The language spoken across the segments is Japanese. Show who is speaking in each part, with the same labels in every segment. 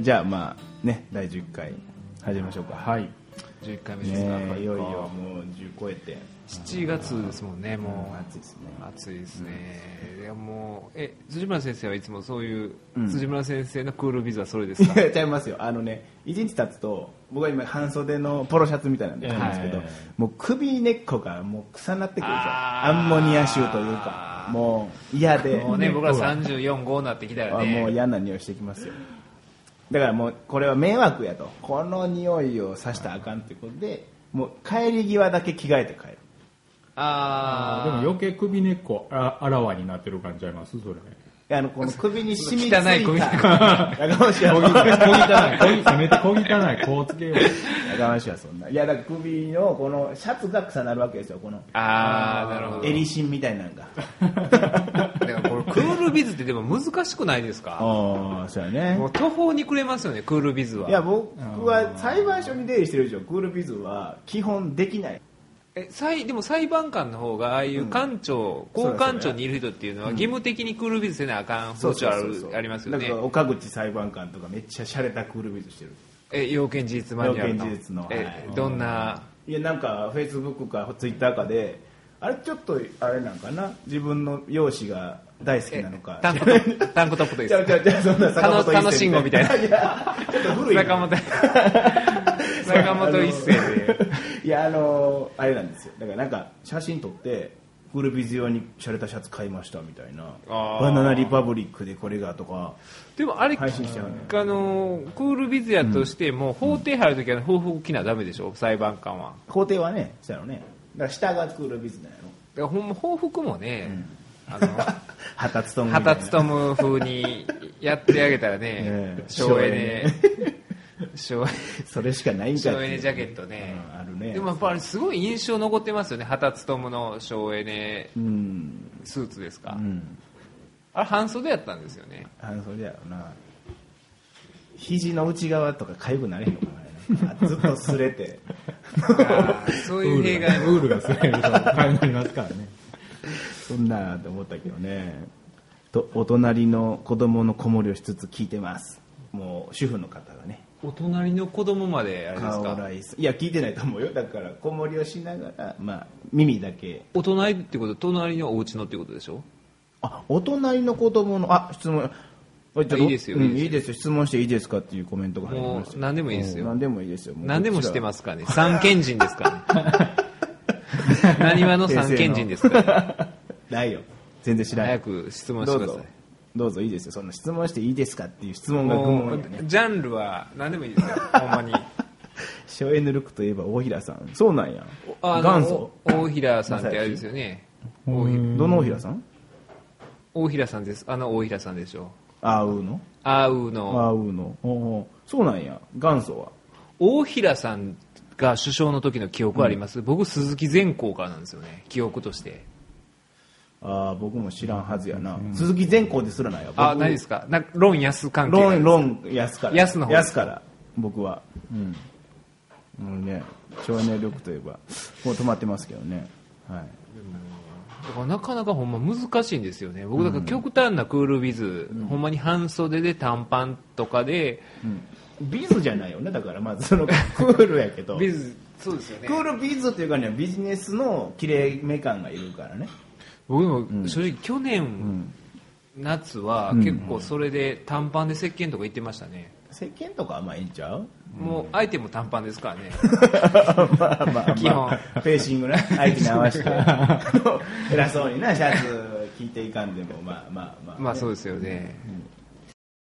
Speaker 1: じゃあまあね第10回始めましょうかはい
Speaker 2: 11回目
Speaker 1: ね
Speaker 2: ですが、
Speaker 1: えいよいよもう10超えて
Speaker 2: 7月ですもんねもう
Speaker 1: 暑いですね
Speaker 2: 暑いですね、いやもうえ辻村先生はいつもそういう、辻村先生のクールビズはそれで すか
Speaker 1: いやちゃいますよあのね1日経つと僕は今半袖のポロシャツみたいなんで着てるんですけど、
Speaker 3: はい
Speaker 1: もう首根っこがもう臭なってくるんですよアンモニア臭というかもう嫌で
Speaker 2: もうね僕ら345になってきたら
Speaker 1: あ
Speaker 2: ね
Speaker 1: もう嫌な匂いしてきますよだからもうこれは迷惑やとこの匂いをさしたらあかんってことでもう帰り際だけ着替えて帰る
Speaker 2: あ
Speaker 3: あ
Speaker 2: ー
Speaker 3: でも余計首根っこああらわになってる感じちゃいますそれ
Speaker 1: あのこの首に染みつい
Speaker 2: 汚
Speaker 1: た
Speaker 2: い首
Speaker 1: やかましいわ
Speaker 3: 小汚い小せめて小汚いこうつけよう
Speaker 1: やかましいわそんないやだから首のこのシャツが臭なるわけですよこの
Speaker 2: あーなるほど
Speaker 1: 襟芯みたいな のが
Speaker 2: だからこれクールビズってでも難しくないですか
Speaker 1: ああそうやね
Speaker 2: もう途方に暮れますよねクールビズはい
Speaker 1: や僕は裁判所に出入りしてる以上クールビズは基本できない
Speaker 2: え裁でも裁判官の方がああいう官庁、
Speaker 1: そうだ
Speaker 2: 高官庁にいる人っていうのは義務的にクールビズせなあかん風潮あるありますよ
Speaker 1: だ
Speaker 2: ね
Speaker 1: から岡口裁判官とかめっちゃ洒落たクールビズしてる
Speaker 2: え要件事実マニュアル
Speaker 1: 要
Speaker 2: の
Speaker 1: 件事実の
Speaker 2: え
Speaker 1: はい
Speaker 2: どんない
Speaker 1: やなんかフェイスブックかツイッターかであれちょっとあれなんかな自分の容姿が大好きなのか
Speaker 2: タンクト ップタンクトップで
Speaker 1: ちゃうちゃうちゃうそんな坂本一世
Speaker 2: 楽しんごみたいな
Speaker 1: やちょっと古い
Speaker 2: 坂 本坂本一世で
Speaker 1: いやあのあれなんですよだからなんか写真撮ってクールビズ用に洒落たシャツ買いましたみたいな
Speaker 2: あー
Speaker 1: バナナリパブリックでこれがとか
Speaker 2: でもあれ、
Speaker 1: 配信してはるね
Speaker 2: あのクールビズやとしても、法廷入るときは報復着なダメでしょ裁判官は
Speaker 1: 法廷はねそうやろねだから下がクールビズなんやろ
Speaker 2: だからほんま報復もね、あの
Speaker 1: 旗つとむみたいな
Speaker 2: 旗つとむ風にやってあ げたらね
Speaker 1: ええ
Speaker 2: 省エネ省エ
Speaker 1: それしかないん
Speaker 2: ネ
Speaker 1: かっていう
Speaker 2: 省エネジャケットね、
Speaker 1: うんあるね
Speaker 2: でもやっぱりすごい印象残ってますよね旗つとむの省エネ
Speaker 1: うん
Speaker 2: スーツですか、
Speaker 1: うん
Speaker 2: あれ半袖やったんですよね
Speaker 1: あのそれやろな肘の内側とか痒くなれへんのかななんかずっと擦れ て
Speaker 2: あーそういう弊害
Speaker 3: ウー
Speaker 2: も
Speaker 3: ルがウールがすれると買いになりますからね
Speaker 1: そんなって思ったけどねとお隣の子供の子守りをしつつ聞いてますもう主婦の方がね
Speaker 2: お隣の子供まであれです
Speaker 1: 顔
Speaker 2: か
Speaker 1: ライスいや聞いてないと思うよだから子守りをしながら、まあ、耳だけ
Speaker 2: お隣ってこと隣のお家のってことでしょ
Speaker 1: あお隣の子供のあ質問おいちょっと
Speaker 2: いいですよ
Speaker 1: うん
Speaker 2: い
Speaker 1: い
Speaker 2: い
Speaker 1: いですよ質問していいですかっていうコメントが入りまし
Speaker 2: もう
Speaker 1: た
Speaker 2: 何でもいいですよ
Speaker 1: 何でもいいですよ
Speaker 2: 何でもしてますすかね三賢人ですかね何話の三賢人ですか、ね、
Speaker 1: ないよ全 然知らない
Speaker 2: 早く質問してください
Speaker 1: どうぞいいですよその質問していいですかっていう質問が愚
Speaker 2: も
Speaker 1: 問
Speaker 2: う
Speaker 1: やね
Speaker 2: ジャンルは何でもいいですよほんまに
Speaker 1: 省エネルックといえば大平さんそうなんや
Speaker 2: あ の
Speaker 1: 元祖
Speaker 2: 大平さんってあれですよね大平
Speaker 1: どの大平さん
Speaker 2: 大平さんですあの大平さんでしょ
Speaker 1: あーうーの
Speaker 2: あうの
Speaker 1: あーうーのおうおうそうなんや元祖は
Speaker 2: 大平さんが首相の時の記憶あります、僕鈴木善光からなんですよね記憶として
Speaker 1: あー僕も知らんはずやな、鈴木善光ですらないよ
Speaker 2: あないですかなんか論安関係
Speaker 1: ロンロン安から
Speaker 2: 安の方
Speaker 1: 安から僕はうんもうね省エネ力といえばもう止まってますけどねはい
Speaker 2: だからなかなかほんま難しいんですよね僕だから極端なクールビズ、ほんまに半袖で短パンとかで、
Speaker 1: ビズじゃないよねだからまずそのクールやけど
Speaker 2: ビズそうですよね
Speaker 1: クールビズっていうかにはビジネスのきれいめ感がいるからね
Speaker 2: 僕でも正直去年夏は結構それで短パンで石鹸とか行ってましたね、
Speaker 1: 石鹸とかはまあいいんちゃう
Speaker 2: もう相手も短パンですから ね
Speaker 1: まあまあ
Speaker 2: 基本
Speaker 1: フェーシングね相手に合わせてあの偉そうになシャツ着ていかんでもまあまあまあ、
Speaker 2: まあそうですよね、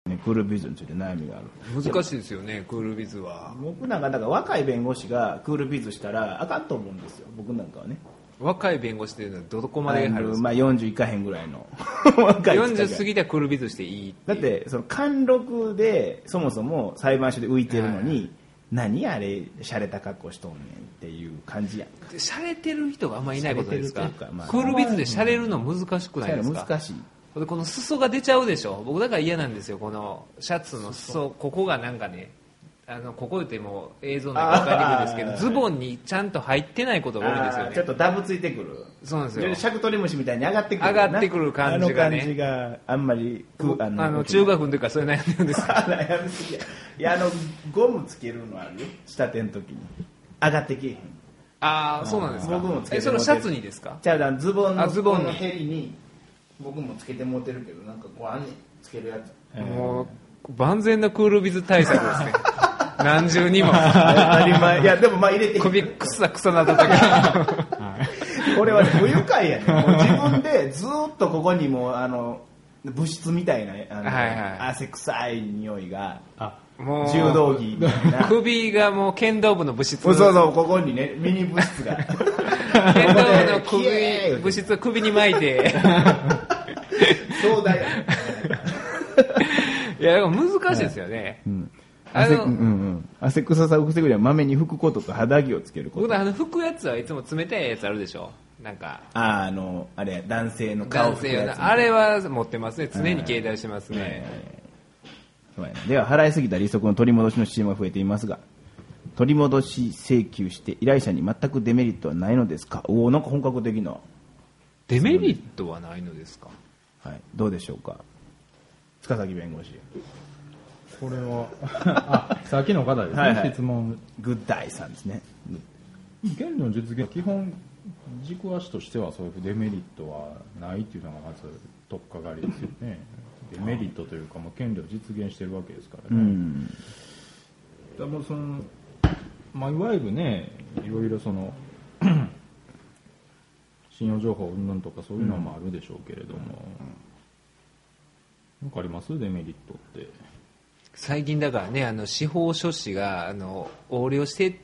Speaker 1: ねクールビズについて悩みがある
Speaker 2: 難しいですよねクールビズは
Speaker 1: 僕なんかだから若い弁護士がクールビズしたらあかんと思うんですよ僕なんかはね
Speaker 2: 若い弁護士っていうのはどこまで
Speaker 1: あ
Speaker 2: 入るんで
Speaker 1: の
Speaker 2: すか
Speaker 1: まあ40いかへんぐらい の若い人が
Speaker 2: 40過ぎではクールビズしていいって
Speaker 1: だっ
Speaker 2: いう
Speaker 1: てその貫禄でそもそも裁判所で浮いてるのに、何あれ洒落た格好しとんねんっていう感じやん
Speaker 2: 洒落てる人があんまりいないことないです
Speaker 1: 洒
Speaker 2: か
Speaker 1: 落てるというかまあ
Speaker 2: クールビズで洒落るの難しくないですか
Speaker 1: 難しい
Speaker 2: でこの裾が出ちゃうでしょ僕だから嫌なんですよこのシャツの裾ここがなんかねあのここ言っても映像なんか分かりにくいです
Speaker 1: あー
Speaker 2: けどズボンにちゃんと入ってないことが多いんです
Speaker 1: あーちょ
Speaker 2: よ
Speaker 1: っと
Speaker 2: ね
Speaker 1: ダブついてくる
Speaker 2: そうなんですよ
Speaker 1: シャクトリムシみたいに上がってくるよな
Speaker 2: 上がってくる感じがね
Speaker 1: あの感じがあんまりく
Speaker 2: あの 中学の時からそれ悩んでるんです
Speaker 1: 悩みすぎやいやあのゴムつけるのあるよ下手の時に上がってきへん
Speaker 2: ああそうなんですか
Speaker 1: 僕もつけて
Speaker 2: えそれシャツにですか
Speaker 1: じゃあズボンの
Speaker 2: あズボンに
Speaker 1: このヘリに僕もつけて持てるけどなんかこうあんねんつける やつ
Speaker 2: もう万全なクールビズ対策です ね何重にも
Speaker 1: 当たり前いやでもまあ入れて
Speaker 2: 首くさくさなった時
Speaker 1: これは不愉快やね もう自分でずーっとここにもうあの物質みたいなあの、
Speaker 2: はいはい
Speaker 1: 汗臭い匂いが
Speaker 3: あ、
Speaker 2: もう
Speaker 1: 柔道着みたいな
Speaker 2: 首がもう剣道部の部室
Speaker 1: そうそうそうここにねミニ物質が
Speaker 2: 剣道部の
Speaker 1: キエー
Speaker 2: 首
Speaker 1: イ
Speaker 2: 部室を首に巻い て
Speaker 1: そうだよ
Speaker 2: いやでも難しいですよね、あ
Speaker 1: 汗
Speaker 2: の
Speaker 1: うんうん、汗臭さを防ぐにはまめに拭くことと肌着をつけること
Speaker 2: 僕のあの拭くやつはいつも冷たいやつあるでしょなんか
Speaker 1: あーあのあれ男性の顔を
Speaker 2: 男
Speaker 1: 拭く
Speaker 2: 性用
Speaker 1: やつ
Speaker 2: のあれは持ってますね常に携帯してますね、
Speaker 1: そうやなでは払いすぎた利息の取り戻しの CM が増えていますが取り戻し請求して依頼者に全くデメリットはないのですかおおなんか本格的な、は
Speaker 2: デメリットはないのですか
Speaker 1: い、どうでしょうか塚崎弁護士
Speaker 3: これは、あ、さっきの方ですね、
Speaker 1: はいはい
Speaker 3: 質問。
Speaker 1: グッダイさんですね
Speaker 3: 原理の実現、基本、軸足としてはそういうデメリットはないっていうのがまず、取っかかりですよね。デメリットというか、もう権利を実現してるわけですからね。
Speaker 1: うん
Speaker 3: でもその、まあ、いわゆるね、いろいろその、 信用情報云々とかそういうのもあるでしょうけれども、なんかありますデメリットって。
Speaker 2: 最近だからねあの司法書士があの横領して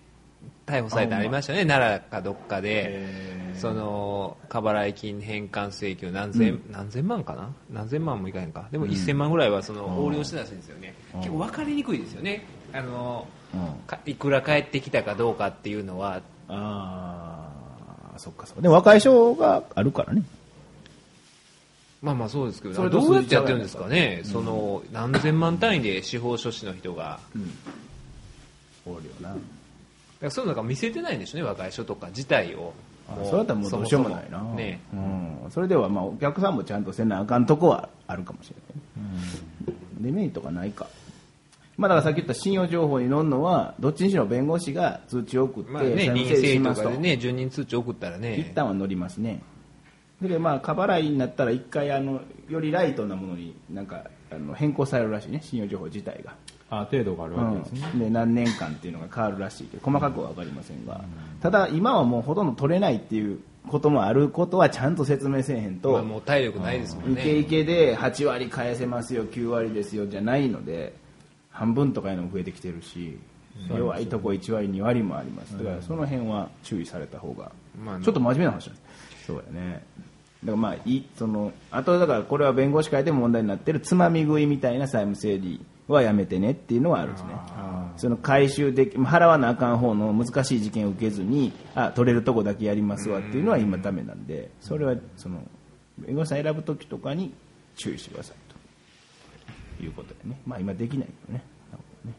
Speaker 2: 逮捕されてありましたね奈良かどっかでその過払い金返還請求何千,、何千万かな何千万もいかへんかでも1000万ぐらいはその横領してたらしいんですよね結構分かりにくいですよねあの
Speaker 1: うん
Speaker 2: かいくら返ってきたかどうかっていうのは
Speaker 1: ああそっかそっかでも和解書があるからね
Speaker 2: まあまあそうですけど
Speaker 1: それと
Speaker 2: どうやってやってるんですかねその何千万単位で司法書士の人が
Speaker 1: おるよな
Speaker 2: だからそういうのが見せてないんでしょうね、和解書とか自体を。
Speaker 1: あ
Speaker 2: も
Speaker 1: それだったらもうどうしようもないな
Speaker 2: そもそもね
Speaker 1: うん、それではまあお客さんもちゃんとせなあかんとこはあるかもしれない、デメリットがないかまあだからさっき言った信用情報に乗るのはどっちにしろ弁護士が通知を送って、
Speaker 2: まあね、
Speaker 1: 申
Speaker 2: 任
Speaker 1: 請
Speaker 2: 意
Speaker 1: しま
Speaker 2: と
Speaker 1: す
Speaker 2: かでね、住人通知送ったら
Speaker 1: 一
Speaker 2: ね、
Speaker 1: 旦は乗りますねだけどまあ過払いになったら一回あのよりライトなものになんかあの変更されるらしいね信用情報自体が
Speaker 3: あ、程度があるわけですね。
Speaker 1: うん、で何年間っていうのが変わるらしいけど細かくは分かりませんが、ただ今はもうほとんど取れないっていうこともあることはちゃんと説明せえへんと、
Speaker 2: まあもう体力ないですもん
Speaker 1: イケ
Speaker 2: ね。
Speaker 1: イケで8割返せますよ9割ですよじゃないので半分とかいうのも増えてきてるし、弱いとこ1割2割もありますだからその辺は注意された方が、
Speaker 2: まあね
Speaker 1: ちょっと真面目な話だねそうやねだからまあいいそのあとだからこれは弁護士会でも問題になってるつまみ食いみたいな債務整理はやめてねっていうのはあるんですねその回収でき払わなあかん方の難しい事件を受けずにあ取れるとこだけやりますわっていうのは今ダメなんでそれはその弁護士さん選ぶ時とかに注意してくださいということでねまあ今できないけどねなるほどね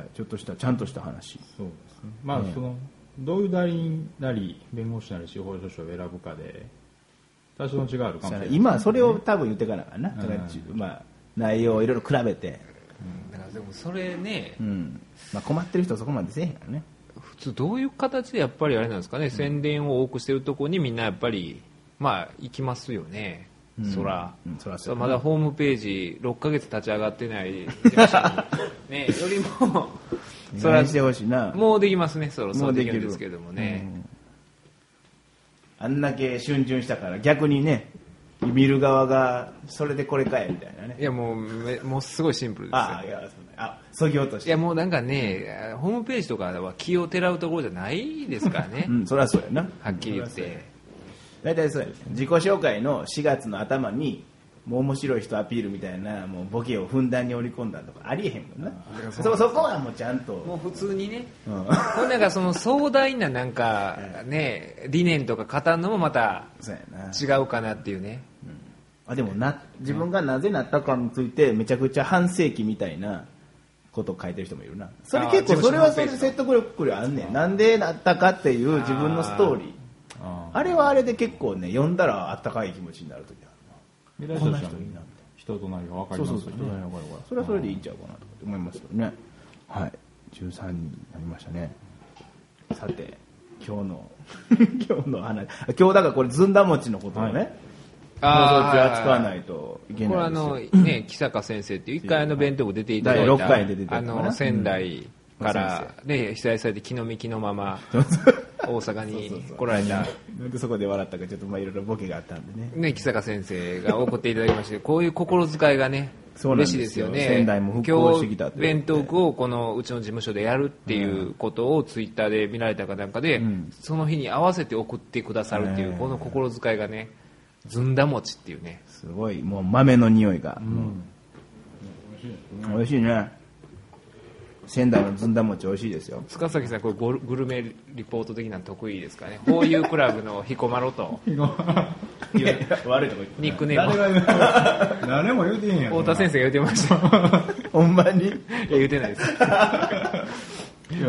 Speaker 1: はいちょっとしたちゃんとした話
Speaker 3: そうですね。まあ、その、どういう代理人なり、弁護士なり、司法書士を選ぶかで、多少の違いはあるかもしれない。
Speaker 1: 今それを多分言ってかなあかんなだからじまあ内容をいろいろ比べて
Speaker 2: だからでもそれね
Speaker 1: う、んまあ困ってる人はそこまでせえへんからね
Speaker 2: 普通どういう形でやっぱりあれなんですかね、宣伝を多くしてるとこにみんなやっぱり、まあ行きますよね。そら
Speaker 1: うんそらそう
Speaker 2: そうまだホームページ6ヶ月立ち上がってない事務所に ねよりも
Speaker 1: それしてほしいな
Speaker 2: もうできますねそろそ
Speaker 1: も
Speaker 2: ろ
Speaker 1: う
Speaker 2: で
Speaker 1: で
Speaker 2: き
Speaker 1: き
Speaker 2: る
Speaker 1: る
Speaker 2: んですけどもね、
Speaker 1: あんだけ逡巡したから逆にね見る側がそれでこれかいみたいなね
Speaker 2: いやもうめもうすごいシンプルですよ
Speaker 1: ああいやそうねあそぎ落とし
Speaker 2: い
Speaker 1: て
Speaker 2: やもうなんかね、ホームページとかは気をてらうところじゃないですからね
Speaker 1: う、んそりゃそうやな
Speaker 2: はっきり言って。
Speaker 1: 大体そうや自己紹介の4月の頭にもう面白い人アピールみたいなもうボケをふんだんに織り込んだとかありえへんもんなそそこはもうちゃん
Speaker 2: も
Speaker 1: と、
Speaker 2: う普通にね、
Speaker 1: うん
Speaker 2: ほんなんかその壮大ななんかね、理念とか語るのもまた
Speaker 1: そうやな
Speaker 2: 違うかなっていうね。
Speaker 1: あでもな自分がなぜなったかについてめちゃくちゃ半世紀みたいなことを書いてる人もいるなそれ結構それはそれで説得力あんねんなんでなったかっていう自分のストーリー
Speaker 3: あ
Speaker 1: あれはあれで結構ね読んだらあったかい気持ちになる時あ
Speaker 3: 見出しとしては人となりが分か
Speaker 1: る
Speaker 3: りますよね
Speaker 1: それはそれでいいんちゃうかなと思いますけどねはい13になりましたねさて今日の 今日の話あ今日だからこれずんだ餅のことを
Speaker 3: は
Speaker 1: ね、放送
Speaker 2: あー
Speaker 1: 中扱わないといけ
Speaker 2: これ
Speaker 1: な
Speaker 2: あ
Speaker 1: いですよ
Speaker 2: の、ね、木坂先生っていう一回あの弁当部出ていただい
Speaker 1: 第
Speaker 2: た、
Speaker 1: 六回で出てた
Speaker 2: あ
Speaker 1: のかな
Speaker 2: の、仙台から、ね、被災されて気の幹のま ま、大阪に来られた、
Speaker 1: なんでそこで笑ったかちょっとまあいろいろボケがあったんでね
Speaker 2: ね、木坂先生が送っていただ きまして、こういう心遣いがね、
Speaker 1: そうなんで
Speaker 2: 嬉
Speaker 1: す
Speaker 2: し
Speaker 1: よ
Speaker 2: いですよね。
Speaker 1: 仙台も復興してきたということで
Speaker 2: 今日、弁当区をこのうちの事務所でやるっていうことをツイッターで見られたかなんかで、その日に合わせて送ってくださるっていう、この心遣いがね、ずんだ餅っていうね、
Speaker 1: すごいもう豆の匂いが、美味しいね仙台のずんだ餅美味しいですよ
Speaker 2: 塚崎さん、これゴルグルメリポート的なの得意ですかね、こういうクラブの彦摩呂と
Speaker 1: 悪いとこ
Speaker 2: ニックネー
Speaker 3: 誰
Speaker 2: ムを
Speaker 3: が言 う誰も言うてへんやん
Speaker 2: 太田先生が言ってました、い
Speaker 1: ほんまに
Speaker 2: や言ってないです、
Speaker 3: 生いや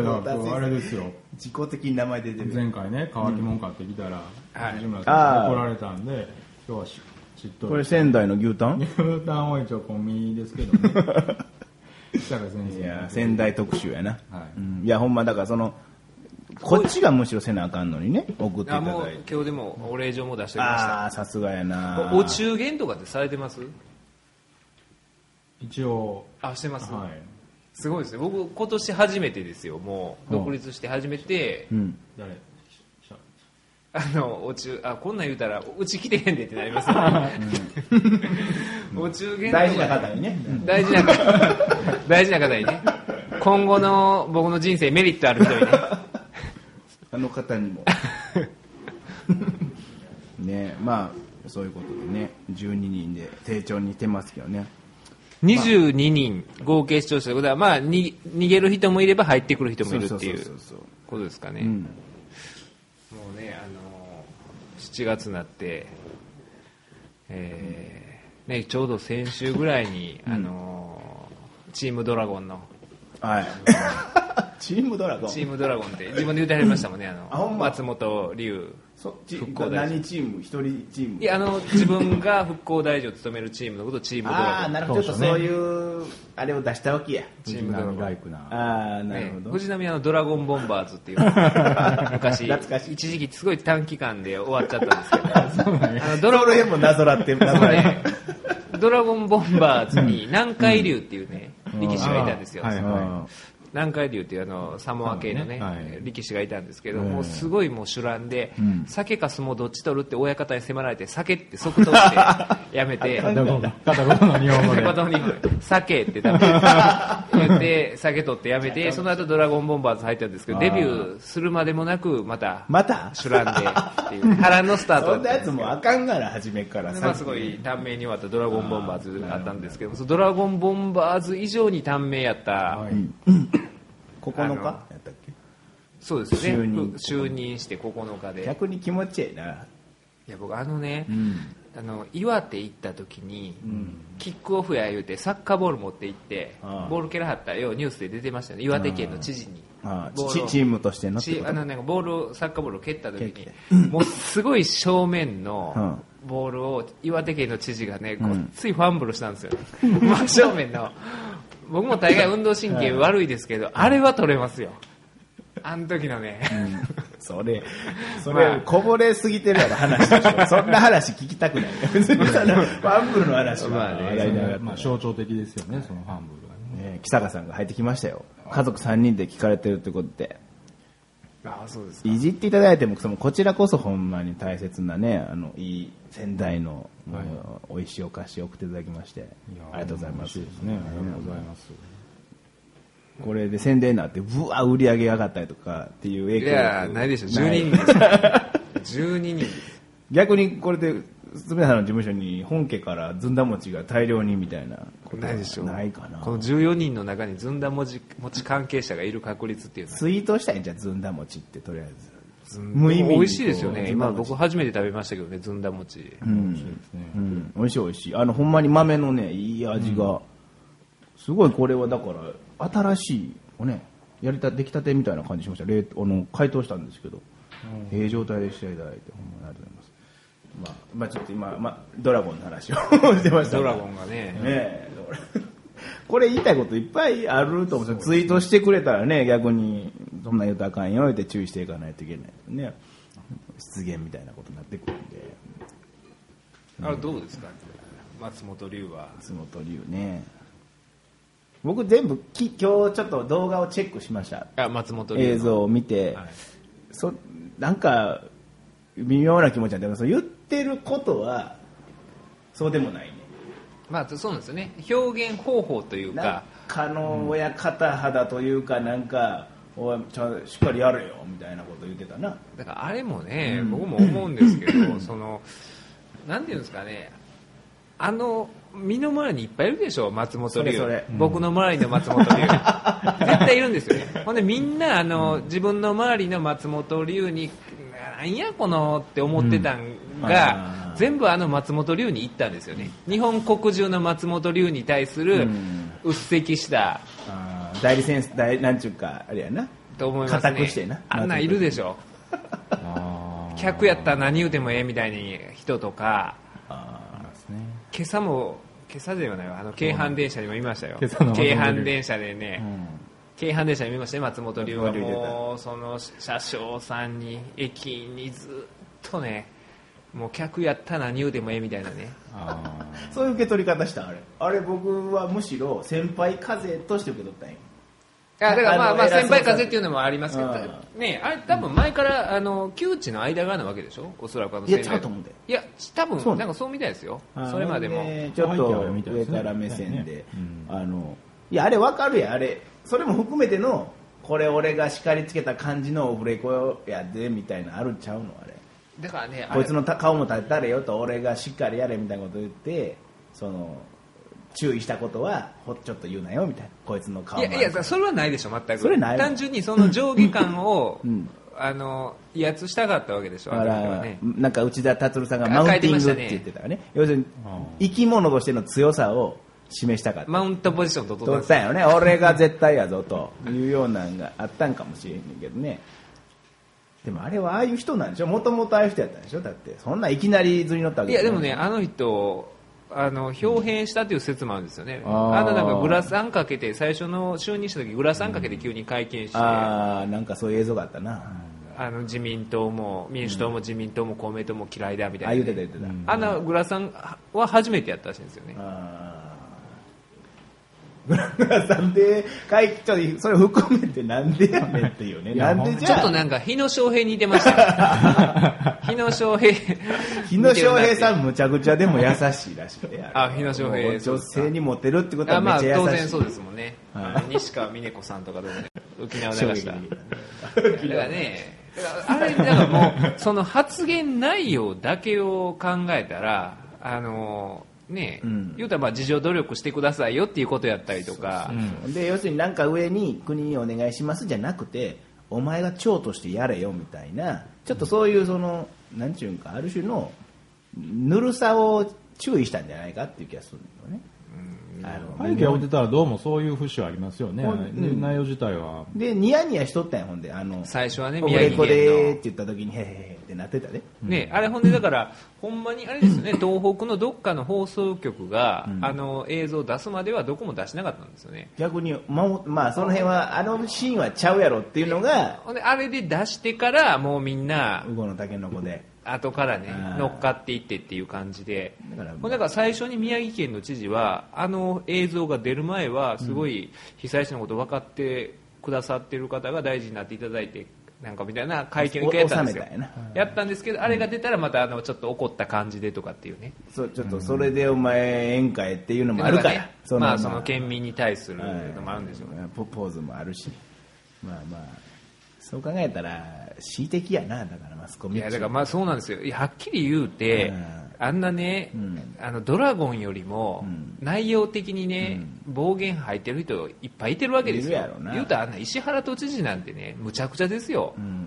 Speaker 3: だからこれあれですよ
Speaker 1: 自己的に名前出てる
Speaker 3: 前回ね乾き物買ってきたら
Speaker 2: はい
Speaker 3: 藤村
Speaker 1: あ
Speaker 3: さん
Speaker 1: ー
Speaker 3: に怒られたんで今日はししっとり
Speaker 1: これ仙台の牛タン
Speaker 3: 牛タンは一応コンビニですけど ね北川先
Speaker 1: い
Speaker 3: 生
Speaker 1: や仙台特集やな、
Speaker 3: はい
Speaker 1: いうん、いやほんまだからそのこっちがむしろせなあかんのにね送ってい
Speaker 2: あ
Speaker 1: た
Speaker 2: も
Speaker 1: だ
Speaker 2: う
Speaker 1: いて
Speaker 2: 今日でもお礼状も出しておきました、
Speaker 1: ああーさすがやな
Speaker 2: お中元とかってされてます
Speaker 3: 一応
Speaker 2: あしてます、
Speaker 3: はい
Speaker 2: すごいですね、僕、今年初めてですよ、もう独立して初めて、
Speaker 1: うん
Speaker 3: 誰しゃ
Speaker 2: あのお中あこんなん言うたら、うち来てへんでってなります ね、お中元とか
Speaker 1: 大事な方にね、
Speaker 2: 大事な方大事な方にね今後の僕の人生メリットある人 にね
Speaker 1: あの方にも ねまあそういうことでね12人で丁重にしてますけどね
Speaker 2: 22人合計視聴者ということは、まあ、に逃げる人もいれば入ってくる人もいるってい
Speaker 1: そううそうそう
Speaker 2: ことですかね
Speaker 1: そう、うん、
Speaker 2: もうねあの7月になって、えーね、ちょうど先週ぐらいに、あのチームドラゴンの
Speaker 1: はい チームドラゴン
Speaker 2: チームドラゴンって自分で言ってはりましたもんねあの
Speaker 1: あほんま
Speaker 2: 松本龍
Speaker 1: そっち
Speaker 2: 復興大臣
Speaker 1: 何チーム一人チーム
Speaker 2: いやあの自分が復興大臣を務めるチームのことをチームド
Speaker 1: あ
Speaker 2: ラゴ
Speaker 1: あ
Speaker 2: ン
Speaker 1: なるほ
Speaker 3: ほ
Speaker 1: ど
Speaker 3: ど
Speaker 1: ちょっとそういうあれを出したわけや
Speaker 2: チ
Speaker 3: チ
Speaker 2: ー
Speaker 3: ー
Speaker 2: ム
Speaker 3: ム
Speaker 2: ドラゴン
Speaker 3: ライクな
Speaker 1: ああなる
Speaker 2: ね
Speaker 1: ほ、ど、
Speaker 2: 藤波あのドラゴンボンバー ズっていう昔
Speaker 1: 懐かしい
Speaker 2: 一時期すごい短期間で終わっちゃったん ですけどあの
Speaker 1: ド
Speaker 2: ド
Speaker 1: ロ
Speaker 2: ラ
Speaker 1: ー
Speaker 2: ゴ
Speaker 1: ル
Speaker 2: ン
Speaker 1: へもなぞらってなぞ
Speaker 2: そう
Speaker 1: ら
Speaker 2: ね ドラゴンボンバーズに南海竜っていうね、力士がいたんですよ、
Speaker 3: あーはい
Speaker 1: は
Speaker 2: 南海竜っていうあのサモア系のね
Speaker 3: サモアねはい
Speaker 2: 力士がいたんですけど、もうすごいもう主乱で、酒か相撲どっち取るって親方に迫られて酒って即取ってやめて
Speaker 3: 片言片言の日本語で
Speaker 2: 片方に酒って多分言って酒取ってやめてその後ドラゴンボンバーズ入ったんですけどデビューするまでもなくまた
Speaker 1: また
Speaker 2: 主乱でっていう波乱のスタート
Speaker 1: そ
Speaker 2: だ
Speaker 1: ん
Speaker 2: っ
Speaker 1: な
Speaker 2: た
Speaker 1: や
Speaker 2: で
Speaker 1: つ
Speaker 2: すけど
Speaker 1: もあかんから初めから
Speaker 2: で
Speaker 1: さ
Speaker 2: まあ、すごい短命に終わったドラゴンボンバーズがあったんですけどもそのドラゴンボンバーズ以上に短命やった、
Speaker 3: は
Speaker 1: 9日
Speaker 2: あの
Speaker 1: やったっけ
Speaker 2: そうですよね
Speaker 1: 就任
Speaker 2: ふ就任して9日で
Speaker 1: 逆に気持ちええない
Speaker 2: や僕あのね、あの岩手行った時に、キックオフや言うてサッカーボール持って行って
Speaker 1: ああ
Speaker 2: ボール蹴らはったようニュースで出てましたね岩手県の知事に
Speaker 1: ああ
Speaker 2: ボールを
Speaker 1: チチームとしてのって
Speaker 2: ち
Speaker 1: こ
Speaker 2: あ
Speaker 1: と
Speaker 2: のなんかボールをサッカーボールを蹴った時
Speaker 1: 蹴っ
Speaker 2: に
Speaker 1: て
Speaker 2: もうすごい正面のボールを岩手県の知事がねごっついファンブルしたんですよ、真正面の 僕も大概運動神経悪いですけどあれは取れますよあの時のね、
Speaker 1: それそ
Speaker 2: まあ
Speaker 1: れこぼれすぎてるやろ話でし ょそんな話聞きたくない別にそんなファンブルの話は
Speaker 2: まあね
Speaker 1: 笑いながら
Speaker 3: まあ象徴的ですよねそのファンブルがね
Speaker 1: ね木坂さんが入ってきましたよ家族3人で聞かれてるってことで
Speaker 2: ああそうです
Speaker 1: いじっていただいてもそのこちらこそほんまに大切なねあのいい仙台の、もう美味しいお菓子を送っていただきましてありがとうございます
Speaker 3: 嬉しですねありがとうございます
Speaker 1: これで宣伝になってぶわ売り上げ上がったりとかっていう影響
Speaker 2: い
Speaker 1: 力
Speaker 2: やないでしょ
Speaker 1: ない
Speaker 2: 12人です よ12人です
Speaker 1: 逆にこれで住田さんの事務所に本家からずんだ餅が大量にみたいなことは
Speaker 2: ないでしょう
Speaker 1: ないかな
Speaker 2: この14人の中にずんだ餅餅関係者がいる確率っていうのは
Speaker 1: ツイートしたいんじゃんずんだ餅ってとりあえず
Speaker 2: も
Speaker 1: 無
Speaker 2: う
Speaker 1: 意味にこう
Speaker 2: 美味しいですよね
Speaker 1: ずんだ
Speaker 2: 今
Speaker 1: 餅
Speaker 2: 僕初めて食べましたけどねずんだ餅
Speaker 3: 美味しいですね
Speaker 1: うん美味しい美味しいあのほんまに豆のねいい味が、すごいこれはだから新しいおねやりた出来たてみたいな感じしました冷凍あの解凍したんですけどええ状態でしていただいてほんまにありがとうございますまあ、まあ、ちょっと今、まあ、ドラゴンの話を してました
Speaker 2: ド
Speaker 1: が
Speaker 2: ラゴンがね
Speaker 1: ねえだから これ言いたいこといっぱいあると思うんですよツイートしてくれたらね逆にそんなん言うたらあかんよって注意していかないといけないね失言みたいなことになってくるんで
Speaker 2: あれどうですか松本龍は
Speaker 1: 松本龍ね僕全部き今日ちょっと動画をチェックしました
Speaker 2: あ松本龍の
Speaker 1: 映像を見て、
Speaker 2: はい
Speaker 1: そなんか微妙な気持ちなんだけどその言ってることはそうでもないね
Speaker 2: まあそうなんですよね表現方法という
Speaker 1: なん
Speaker 2: か
Speaker 1: かの親方肌というかなんか、おいちゃんとしっかりやれよみたいなこと言ってたな
Speaker 2: だからあれもね、僕も思うんですけ どそのなんていうんですかねあの身の回りにいっぱいいるでしょ松本
Speaker 1: それ
Speaker 2: 龍
Speaker 1: それ
Speaker 2: 僕の周りの松本龍 絶対いるんですよねほんでみんなあの、自分の周りの松本龍になんやこのって思ってたんが、
Speaker 1: あー
Speaker 2: 全部あの松本龍に行ったんですよね日本国中の松本龍に対する
Speaker 1: うん
Speaker 2: うっせきした
Speaker 1: あー代理戦争代なんちゅうかあれやな
Speaker 2: と思います
Speaker 1: 固くしてな
Speaker 2: ねあんなんいるでしょ
Speaker 3: あー
Speaker 2: 客やったら何言うてもええみたいに人とか
Speaker 1: あ
Speaker 3: ありますね
Speaker 2: 今朝も今朝ではないわあの京阪電車にもいましたよ
Speaker 3: 今朝の松本龍
Speaker 2: 京阪電車でね、京阪電車に見ましたね松本龍は
Speaker 1: 松本龍出た
Speaker 2: もうその車掌さんに駅員にずっとねもう客やったら何言うてもええみたいなね
Speaker 3: あー
Speaker 1: そういう受け取り方したんあれあれ僕はむしろ先輩風として受け取ったんや
Speaker 2: あだからま
Speaker 1: あ
Speaker 2: あ
Speaker 1: の
Speaker 2: まあ
Speaker 1: 偉そう
Speaker 2: 先輩風っていうのもありますけど
Speaker 1: う
Speaker 2: ねあれ多分前からあの旧知の間柄なわけでしょおそらくあの
Speaker 1: いや
Speaker 2: 先輩
Speaker 1: 違うと思うんだよ
Speaker 2: いや多
Speaker 1: そう
Speaker 2: 分なんかそうみたいですよ
Speaker 1: あー
Speaker 2: それまで
Speaker 1: ほ
Speaker 2: も
Speaker 1: んちょっと上から目線で、あのいやあれわかるやんあれそれも含めてのこれ俺が叱りつけた感じのオフレコやでみたいなあるんちゃうのあれ
Speaker 2: だからねあ
Speaker 1: こい
Speaker 2: れ
Speaker 1: つのた顔も立たれよと俺がしっかりやれみたいなこと言ってその注意したことはほちょっと言うなよみたいなこいつの顔
Speaker 2: い
Speaker 1: も
Speaker 2: やいやそれはないでしょ全く
Speaker 1: それないわ
Speaker 2: 単純にその上下感を、
Speaker 1: うん
Speaker 2: あの威圧したかったわけでしょ
Speaker 1: だか
Speaker 2: あの人は
Speaker 1: ら、
Speaker 2: ね
Speaker 1: なんか内田達郎さんがマウンティングって言ってたからね要するに生き物としての強さを示したかった
Speaker 2: マウントポジションと取
Speaker 1: 取
Speaker 2: っ
Speaker 1: ったたんやろね俺が絶対やぞというようなんがあったんかもしれんねんけどねでもあれはああいう人なんでしょもともとああいう人やったんでしょだってそんないきなり図に乗ったわ
Speaker 2: い
Speaker 1: け
Speaker 2: や
Speaker 1: じ
Speaker 2: で
Speaker 1: ゃな
Speaker 2: もねあの人あの表変したという説もあるんですよね、
Speaker 1: あー
Speaker 2: あのなんかグラサンかけて最初の就任した時グラサンかけて急に会見して、
Speaker 1: あ
Speaker 2: あ
Speaker 1: あなんかそういう映像があったな、
Speaker 2: の自民党も民主党も自民党も公明党も嫌いだみ
Speaker 1: あ
Speaker 2: た
Speaker 1: あ
Speaker 2: い
Speaker 1: 言う
Speaker 2: なね、
Speaker 1: てた言うてた、
Speaker 2: あのグラサンは初めてやったらしいんですよね
Speaker 1: あーグラグラさんで会議ちょっとそれ含めてなんでやねんっていうね
Speaker 3: いや
Speaker 1: なんでじ
Speaker 2: ちょっ
Speaker 1: ゃ
Speaker 2: と
Speaker 1: あ
Speaker 2: なんか日野翔平に似てましたね日野翔平
Speaker 1: 日野翔平さ
Speaker 2: ん
Speaker 1: んむちゃくちゃでも優しいらしいね
Speaker 2: あ日野翔平
Speaker 1: もう女性にモテるってこと
Speaker 2: あ
Speaker 1: はめ
Speaker 2: ま
Speaker 1: っ
Speaker 2: あ
Speaker 1: ちゃ優しい
Speaker 2: 当然そうですもんね、
Speaker 1: はい
Speaker 2: あの西川峰子さんとかでもね沖縄流した
Speaker 1: 衝撃
Speaker 2: だからねだからあれだからもうその発言内容だけを考えたらあのね、
Speaker 1: うん
Speaker 2: 言うたらまあ自助努力してくださいよっていうことやったりとか
Speaker 1: で要するになんか上に国にお願いしますじゃなくてお前が長としてやれよみたいなちょっとそういうその、なんちゅうんかある種のぬるさを注意したんじゃないかっていう気がするんだよね。あの
Speaker 3: 背景置いてたらどうもそういう節はありますよね、
Speaker 1: ほんうん
Speaker 3: 内容自体は
Speaker 1: でニヤニヤしとったんやほんであの
Speaker 2: 最初はね
Speaker 1: オフ
Speaker 2: 宮
Speaker 1: レ
Speaker 2: 城
Speaker 1: コでーっ
Speaker 2: 県
Speaker 1: て言った時にへーへーへーってなってたで、
Speaker 2: の、ね、あれほんでだからほんまにあれですよね 東北のどっかの放送局が、あの映像を出すまではどこも出しなかったんですよね
Speaker 1: 逆にまおまあその辺はあのシーンはちゃうやろっていうのが
Speaker 2: ほんであれで出してからもうみんな
Speaker 1: ウゴのタケノコで
Speaker 2: 後からね
Speaker 1: あー
Speaker 2: 乗っかっていってっていう感じで
Speaker 1: だから
Speaker 2: ほんだから最初に宮城県の知事はあの映像が出る前はすごい被災地のこと分かってくださってる方が大事になっていただいてなんかみたいな会見を一回やったんですよ
Speaker 1: お収めたんや
Speaker 2: やったんですけどあれが出たらまたあのちょっと怒った感じでとかっていうね
Speaker 1: そうちょっとそれでお前宴会っていうのもあるから、
Speaker 2: なんねまあその県民に対するのもあるんでしょうね
Speaker 1: はいポポーズもあるしまあまあそう考えたら恣意的やなだからマスコミ
Speaker 2: いやだからまあそうなんですよいやはっきり言うて、
Speaker 1: うん
Speaker 2: あんなね、
Speaker 1: うん
Speaker 2: あのドラゴンよりも
Speaker 1: うん
Speaker 2: 内容的にね、暴言吐いてる人いっぱいいてるわけです
Speaker 1: い
Speaker 2: よ
Speaker 1: るやろな
Speaker 2: 言うたらあんな石原都知事なんてねむちゃくちゃですよ、
Speaker 1: うん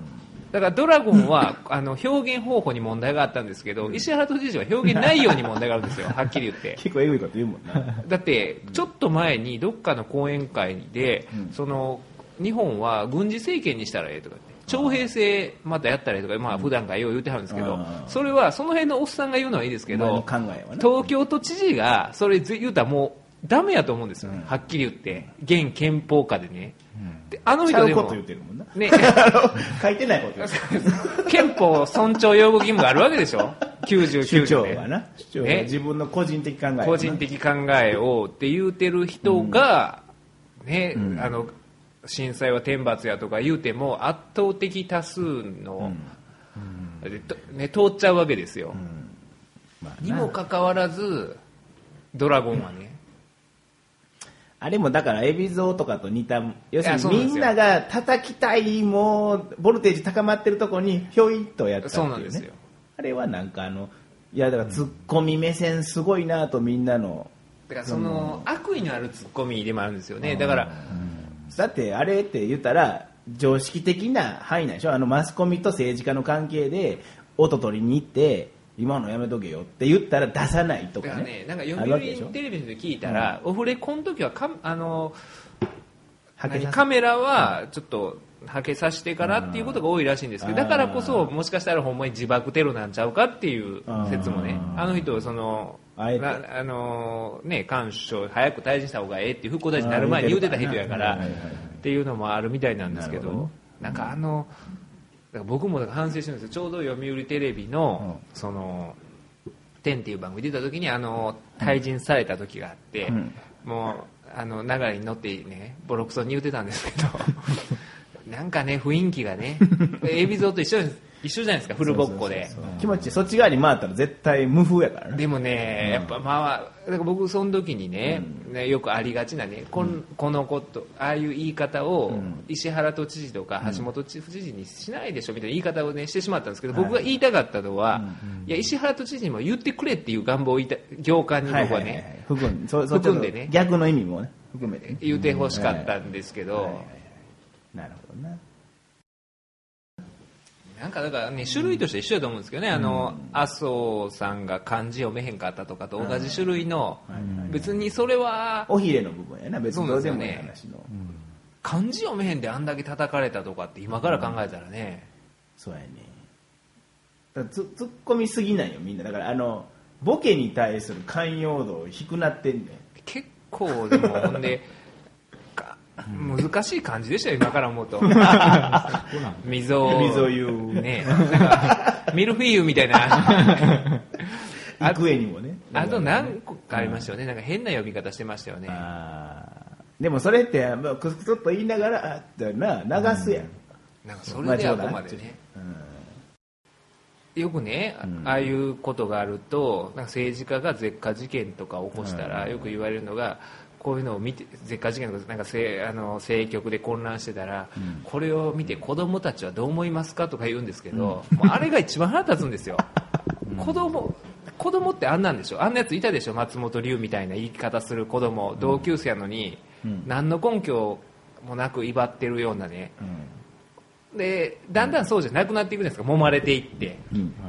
Speaker 2: だからドラゴンはあの表現方法に問題があったんですけど、石原都知事は表現内容に問題があるんですよ、はっきり言って。
Speaker 1: 結構えぐいこと言うもんな。
Speaker 2: だって、ちょっと前にどっかの講演会で、その日本は軍事政権にしたらええとか言って。徴兵制またやったらええとか、まあ普段からよう言うてはるんですけ
Speaker 1: う
Speaker 2: ど
Speaker 1: ん、
Speaker 2: それはその辺のおっさんが言うのはいい ですけ
Speaker 1: お
Speaker 2: ど、
Speaker 1: 前の考えはな
Speaker 2: 東京都知事がそれ言うたらもうダメやと思うんですよ、はっきり言って。現憲法下でね。であの
Speaker 1: ちゃう
Speaker 2: 人で
Speaker 1: こと
Speaker 2: も
Speaker 1: 言、ってるもんな。
Speaker 2: ね、
Speaker 1: 書いてないこと言ってる。
Speaker 2: 憲法尊重擁護義務があるわけで しょ ?99
Speaker 1: 主張
Speaker 2: 条で
Speaker 1: はな。主張は
Speaker 2: ね
Speaker 1: 自分の個人的考えやな。
Speaker 2: 個人的考えをって言うてる人が、ね、あの、震災は天罰やとか言うても圧倒的多数の、でとね、通っちゃうわけですよ。
Speaker 1: まあな
Speaker 2: にもかかわらず、ドラゴンはね、
Speaker 1: あれもだから、海老蔵とかと似た、要する
Speaker 2: いやそうなん
Speaker 1: に
Speaker 2: ですよ
Speaker 1: みんなが叩きたい、もう、ボルテージ高まってるとこに、ひょいっとやったってい、
Speaker 2: そう
Speaker 1: ね。
Speaker 2: うなんですよ。
Speaker 1: あれはなんかあの、いやだから、ツッコミ目線すごいなとみんなの。
Speaker 2: だからその悪意のあるツッコミでもあるんですよね。だから、
Speaker 1: だって、あれって言ったら、常識的な範囲なんでしょあの、マスコミと政治家の関係で、音取りに行って、今のやめとけよって言ったら出さないと
Speaker 2: だ
Speaker 1: か
Speaker 2: からね
Speaker 1: ね。、
Speaker 2: なんか
Speaker 1: ある
Speaker 2: 読
Speaker 1: わけでし
Speaker 2: 売
Speaker 1: ょ
Speaker 2: テレビで聞いたら、オフレコの時はか、あの、
Speaker 1: はけ
Speaker 2: 何
Speaker 1: させ
Speaker 2: カメラはちょっとはけさせてからっていうことが多いらしいんですけど
Speaker 1: あー
Speaker 2: だからこそもしかしたらほんまに自爆テロなんちゃうかっていう説もね
Speaker 1: あー
Speaker 2: あの人その
Speaker 1: あえて
Speaker 2: なあのーね官首相早く退陣した方がええっていう復興大臣になる前に言うてた人やから
Speaker 1: あー言うてるからねはいはいはい
Speaker 2: っていうのもあるみたいなんですけど
Speaker 1: なるほどね
Speaker 2: なんかあのだから僕もだから反省してるんですよちょうど読売テレビのその「天」っていう番組出た時にあの退陣された時があって、
Speaker 1: うん
Speaker 2: もうあの流れに乗ってねボロクソに言ってたんですけ どなんかね雰囲気がね海老蔵と一緒です一緒じゃないですかフルボッコで
Speaker 1: そうそうそう気持ち、そっち側に回ったら絶対無風やからね。
Speaker 2: でもねやっぱまあだから僕その時にね,、ねよくありがちなねこんこのことああいう言い方を石原都知事とか橋本知事にしないでしょみたいな言い方をねしてしまったんですけど僕が言いたかったのは、いや石原都知事にも言ってくれっていう願望を言いた業界に僕はね、
Speaker 1: はいはいはいはい、含んそそっちの
Speaker 2: 含んでね
Speaker 1: 逆の意味もね含めてね
Speaker 2: 言うてほしかったんですけど、
Speaker 1: なるほどな
Speaker 2: なんかだからね、種類として一緒だと思うんですけどね、あの、麻生さんが漢字読めへんかったとかと同じ種類の、別にそれは、
Speaker 1: おひれの部分やな別にどうでもいい
Speaker 2: そうなんで
Speaker 1: 話の
Speaker 2: 漢字読めへんであんだけ叩かれたとかって今から考えたらね、
Speaker 1: そう,、やねだからツツッコみすぎないよみんなだからあのボケに対する寛容度を低くなってんね
Speaker 2: 結構でも、ほんで、か難しい漢字でしたよ、今から思うと。溝を。
Speaker 1: 溝を言う
Speaker 2: ねなんか、ミルフィーユみたいな。
Speaker 1: ん幾重にもね
Speaker 2: あと何個かありましたよね、なんか変な呼び方してましたよね。
Speaker 1: あーでもそれってまあくすくすっと言いながらあってな流すやん、
Speaker 2: なんかそれであくまでね。よくね、あああいうことがあるとなんか政治家が絶火事件とか起こしたらよく言われるのがこういうのを見て絶火事件とかなんかせあの政局で混乱してたら、これを見て子供たちはどう思いますかとか言うんですけど、もうあれが一番腹立つんですよ。子供子供ってあんなんでしょあんなやついたでしょ松本龍みたいな言い方する子供同級生やのに、何の根拠もなく威張ってるようなね、でだんだんそうじゃなくなっていくじゃないですか揉まれていって
Speaker 3: はい
Speaker 2: だか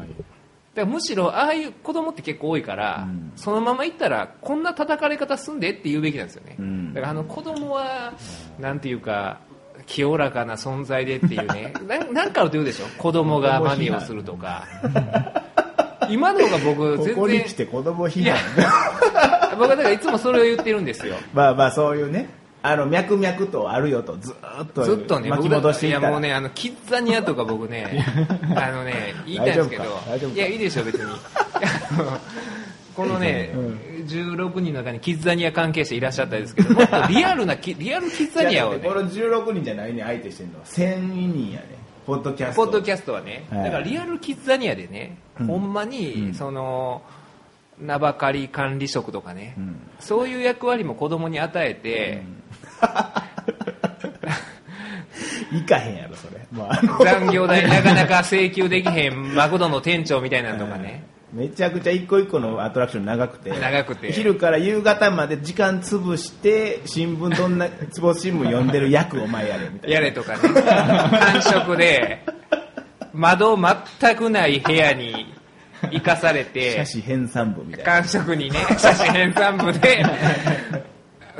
Speaker 2: らむしろああいう子供って結構多いから、そのまま行ったらこんな叩かれ方すんでって言うべきなんですよね、
Speaker 1: ん
Speaker 2: だからあの子供はなんていうか清らかな存在でっていう ねななんかあると言うでしょ子供がマネをするとか今のが僕
Speaker 1: こ
Speaker 2: 全
Speaker 1: こに
Speaker 2: 然
Speaker 1: 来て子供
Speaker 2: い
Speaker 1: 避
Speaker 2: や
Speaker 1: 難
Speaker 2: 僕はだからいつもそれを言ってるんですよ
Speaker 1: まあまあそういうねあの脈々とあるよとずーっと
Speaker 2: ずっとね、
Speaker 1: 巻き
Speaker 2: 僕だ
Speaker 1: 戻
Speaker 2: っ
Speaker 1: したて
Speaker 2: ら
Speaker 1: い
Speaker 2: い
Speaker 1: たら
Speaker 2: やもうね、あの、キッザニアとか僕 ね、あのね、言いたいんですけど
Speaker 1: 大丈夫か大丈夫、
Speaker 2: い
Speaker 1: か
Speaker 2: や、いいでしょ、別に。 あのこのね、16人の中にキッザニア関係者いらっしゃったんですけど、もっとリアル なキ、リアルキッザニアを
Speaker 1: いや
Speaker 2: ね
Speaker 1: こ、の16人じゃないね相手してるのは1000人やねポッドキャス
Speaker 2: ポ
Speaker 1: ト
Speaker 2: ッドキャストはね、
Speaker 1: はい
Speaker 2: だからリアルキッザニアでね、ほんまに、その、名ばかり管理職とかね、そういう役割も子供に与えて、
Speaker 1: 行かへんやろそれ、まあ、
Speaker 2: 残業代なかなか請求できへんマクドの店長みたいなのとかね、
Speaker 1: めちゃくちゃ一個一個のアトラクション長くて
Speaker 2: 長くて
Speaker 1: 昼から夕方まで時間潰して新聞どんなスポーツ新聞読んでる役お前やれみたいな
Speaker 2: やれとかね、感触で、窓全くない部屋に行かされて
Speaker 1: 写、真編纂部みたいな。
Speaker 2: 感触にね、写真編纂部で、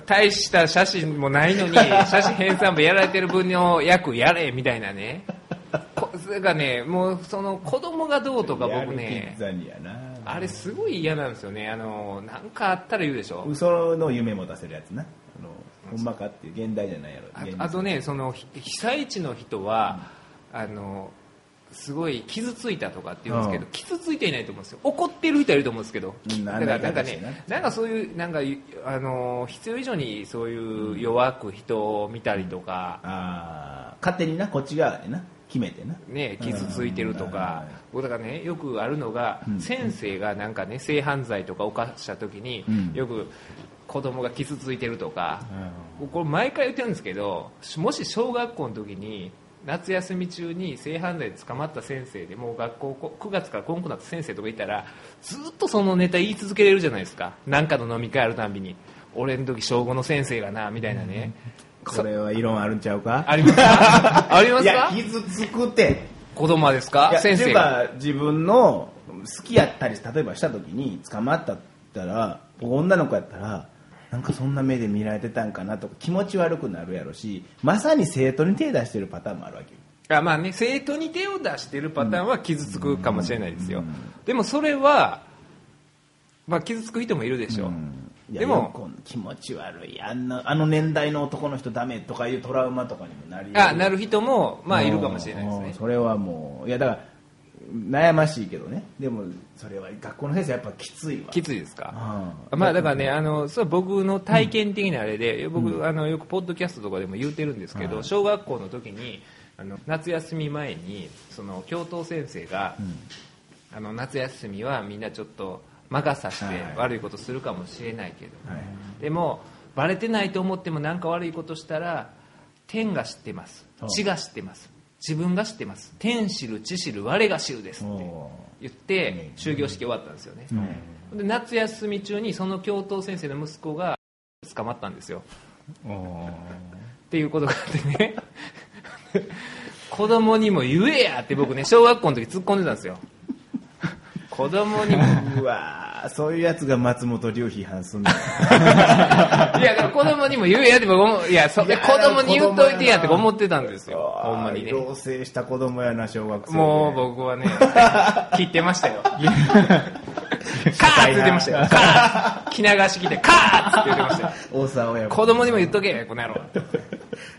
Speaker 2: 大した写真もないのに、写真編纂部やられてる分の役やれ、みたいなね。こそれがね、もうその子供がどうとか僕
Speaker 1: リアルキ
Speaker 2: ね
Speaker 1: ッ、ザニアな。
Speaker 2: あれすごい嫌なんですよね。あの、なんかあったら言うでしょ。
Speaker 1: 嘘の夢も出せるやつな。あのほんまかっていう現代じゃないやろ。
Speaker 2: あ
Speaker 1: 現実
Speaker 2: あとねそのひ被災地の人は、あのすごい傷ついたとかって言うんですけど、
Speaker 1: うん
Speaker 2: 傷ついていないと思うんですよ怒ってる人はいると思うんですけど、
Speaker 1: うん
Speaker 2: だからなんか
Speaker 1: あんな言い方し
Speaker 2: ね
Speaker 1: て
Speaker 2: なんかそういうなんかあの必要以上にそういう弱く人を見たりとか、
Speaker 1: あー勝手にな、こっち側でな、決めてな。
Speaker 2: ね、傷ついてるとか、僕だからね、よくあるのが、先生がなんかね、性犯罪とか犯した時に、
Speaker 1: うん
Speaker 2: よく子供が傷ついてるとか、
Speaker 3: う
Speaker 2: これ毎回言ってるんですけど、もし小学校の時に、夏休み中に性犯罪で捕まった先生でもう学校こ9月から来んくなった先生とかいたらずっとそのネタ言い続けれるじゃないですかなんかの飲み会あるたんびに俺の時小5の先生がなみたいなね、
Speaker 1: これは異論あるんちゃうか
Speaker 2: ありますかあります
Speaker 1: いや
Speaker 2: か、
Speaker 1: 傷つくて。
Speaker 2: 子供はです
Speaker 1: い
Speaker 2: か
Speaker 1: や
Speaker 2: 先
Speaker 1: ってい
Speaker 2: 生
Speaker 1: う
Speaker 2: が
Speaker 1: か自分の好きやったり例えばした時に捕まったったら僕女の子やったらなんかそんな目で見られてたんかなとか気持ち悪くなるやろしまさに生徒に手出してるパターンもあるわけよ
Speaker 2: あまあね、生徒に手を出してるパターンは傷つくかもしれないですよ、でもそれは、まあ、傷つく人もいるでしょう、
Speaker 1: いや
Speaker 2: で
Speaker 1: よく
Speaker 2: も
Speaker 1: こんな気持ち悪いあんなあの年代の男の人ダメとかいうトラウマとかにもなり
Speaker 2: あなる人も、まあ、いるかもしれないです
Speaker 1: うん
Speaker 2: ね
Speaker 1: それはもういやだから悩ましいけどねでもそれは学校の先生やっぱきついわ
Speaker 2: きついですか、
Speaker 1: う
Speaker 2: まあ、だからねあのそれは僕の体験的なあれで、僕あのよくポッドキャストとかでも言うてるんですけど、小学校の時にあの夏休み前にその教頭先生が、あの夏休みはみんなちょっと魔が差して
Speaker 1: はい
Speaker 2: 悪いことするかもしれないけど、
Speaker 1: んはい
Speaker 2: でもバレてないと思っても何か悪いことしたら天が知ってます
Speaker 1: あ
Speaker 2: 地が知ってます自分が知ってます天知る地知る我が知るですって
Speaker 1: お
Speaker 2: 言って終業式終わったんですよね、で夏休み中にその教頭先生の息子が捕まったんですよ
Speaker 3: んあ
Speaker 2: っていうことがあってね 子供にも言えやって僕ね小学校の時突っ込んでたんですよ子供 にも
Speaker 1: うわーそういうやつが松本龍批判すんだ
Speaker 2: いや、でも子供にも言えやって僕思う、いや、それ子供に言っといてやって
Speaker 1: 子供やな
Speaker 2: 思ってたんですよ。ほんまにね。
Speaker 1: 同棲した子供やな小学生で
Speaker 2: もう僕 はね、切ってましたよ。カーッって言ってましたよ。カーッ着流し着て、カーッって言ってましたよ。
Speaker 1: 大沢親
Speaker 2: 子供にも言っとけよ、この野 郎。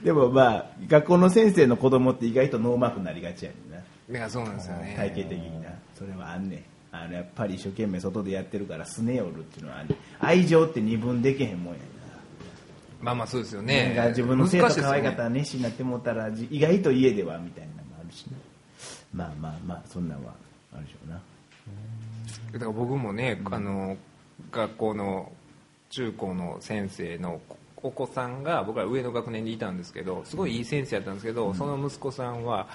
Speaker 1: でもまあ学校の先生の子供って意外とノーマークになりがちやねんない
Speaker 2: や、そうなんですよ
Speaker 1: 体
Speaker 2: ね。
Speaker 1: 系的になそれはあんねんあのやっぱり一生懸命外でやってるからすねおるっていうのはあんねん愛情って二分できへんもんや
Speaker 2: まあまあそうですよ
Speaker 1: な、
Speaker 2: ね。
Speaker 1: なんか自分の生
Speaker 2: 難しい
Speaker 1: 徒
Speaker 2: で
Speaker 1: 可
Speaker 2: すよ
Speaker 1: 愛
Speaker 2: ね
Speaker 1: かったら熱心になってもうたらじ意外と家ではみたいなのもあるしなまあまあまあそんなんはあるでしょうな
Speaker 2: だから僕もね、あの学校の中高の先生のお子さんが僕ら上の学年にいたんですけどすごいいい先生だったんですけど、その息子さんは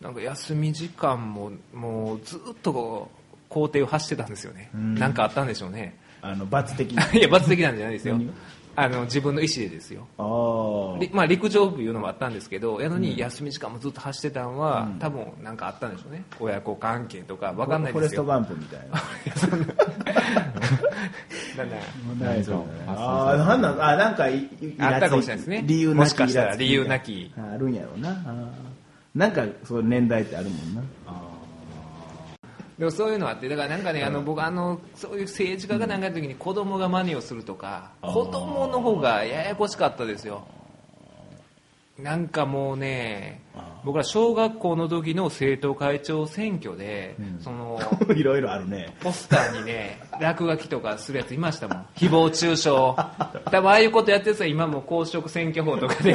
Speaker 2: なんか休み時間ももうずっとこう校庭を走ってたんですよね、なんかあったんでしょうね
Speaker 1: あの罰的にあ
Speaker 2: いや罰的なんじゃないですよ
Speaker 1: 何が
Speaker 2: あの自分の意思でですよ
Speaker 1: あ
Speaker 2: りまあ、陸上部いうのもあったんですけどやのに休み時間もずっと走ってたんは、多分なんかあったんでしょうね親子関係とかわかんない
Speaker 1: フォ
Speaker 2: で
Speaker 1: レ
Speaker 2: す
Speaker 1: スト
Speaker 2: よ
Speaker 1: ガンプみたいな
Speaker 2: なんだ
Speaker 1: ない
Speaker 3: そう
Speaker 1: ああ、なんなん、あ、なんかい、い
Speaker 2: あったかもしれないですね
Speaker 1: 理由なき。
Speaker 2: もしかした
Speaker 1: イ
Speaker 2: ら
Speaker 1: ラつき
Speaker 2: 理由なき
Speaker 1: ああるんやろうな。あーなんか、そう、年代ってあるもんな。
Speaker 2: でもそういうのあってだからなんかね、あの僕あのそういう政治家がなんかの時に子供が真似をするとか、子供の方がややこしかったですよなんかもうね僕ら小学校の時の政党会長選挙で、そ の
Speaker 1: いろいろあるね。
Speaker 2: ポスターにね落書きとかするやついましたもん誹謗中傷多分ああいうことやってるやつは今もう公職選挙法とか で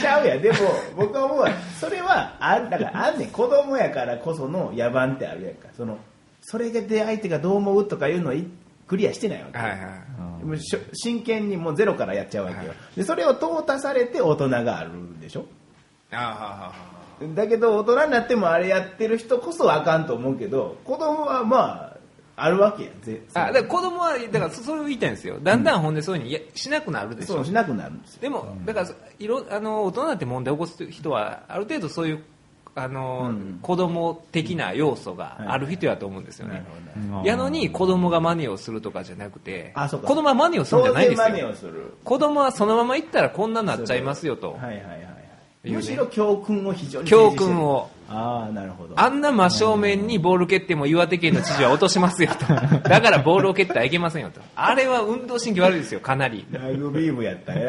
Speaker 1: ちゃうやん、でも、僕は思うわ。それは、あ、だから、あんねん、子供やからこその野蛮ってあるやんか。その、それで相手がどう思うとかいうのをいクリアしてないわけ。
Speaker 2: はいはい
Speaker 1: もうしょ真剣にもうゼロからやっちゃうわけよ。で、それを淘汰されて大人があるんでしょ
Speaker 2: あ
Speaker 1: だけど大人になってもあれやってる人こそあかんと思うけど子供はまああるわけやんぜ
Speaker 2: あだから子供はだからそそれを言いたいんですよだんだんほんでそういうふうにいやしなくなるでしょ
Speaker 1: そうしなくなるんですよ
Speaker 2: でも、だからいろあの大人だって問題を起こす人はある程度そういうあの、子供的な要素がある人やと思うんですよね、やのに子供が真似をするとかじゃなくて
Speaker 1: あそうか
Speaker 2: 子供は真似をするんじゃないです
Speaker 1: 当然真似
Speaker 2: よ
Speaker 1: をする
Speaker 2: 子供はそのまま行ったらこんななっちゃいますよと、
Speaker 1: はいはいはいはい
Speaker 2: いうね
Speaker 1: むしろ教訓を非常に
Speaker 2: 教訓を
Speaker 1: ああなるほど
Speaker 2: あんな真正面にボール蹴っても岩手県の知事は落としますよ と。だからボールを蹴ってはいけませんよと。あれは運動神経悪いですよ、かな り。
Speaker 1: ラグビー部やったね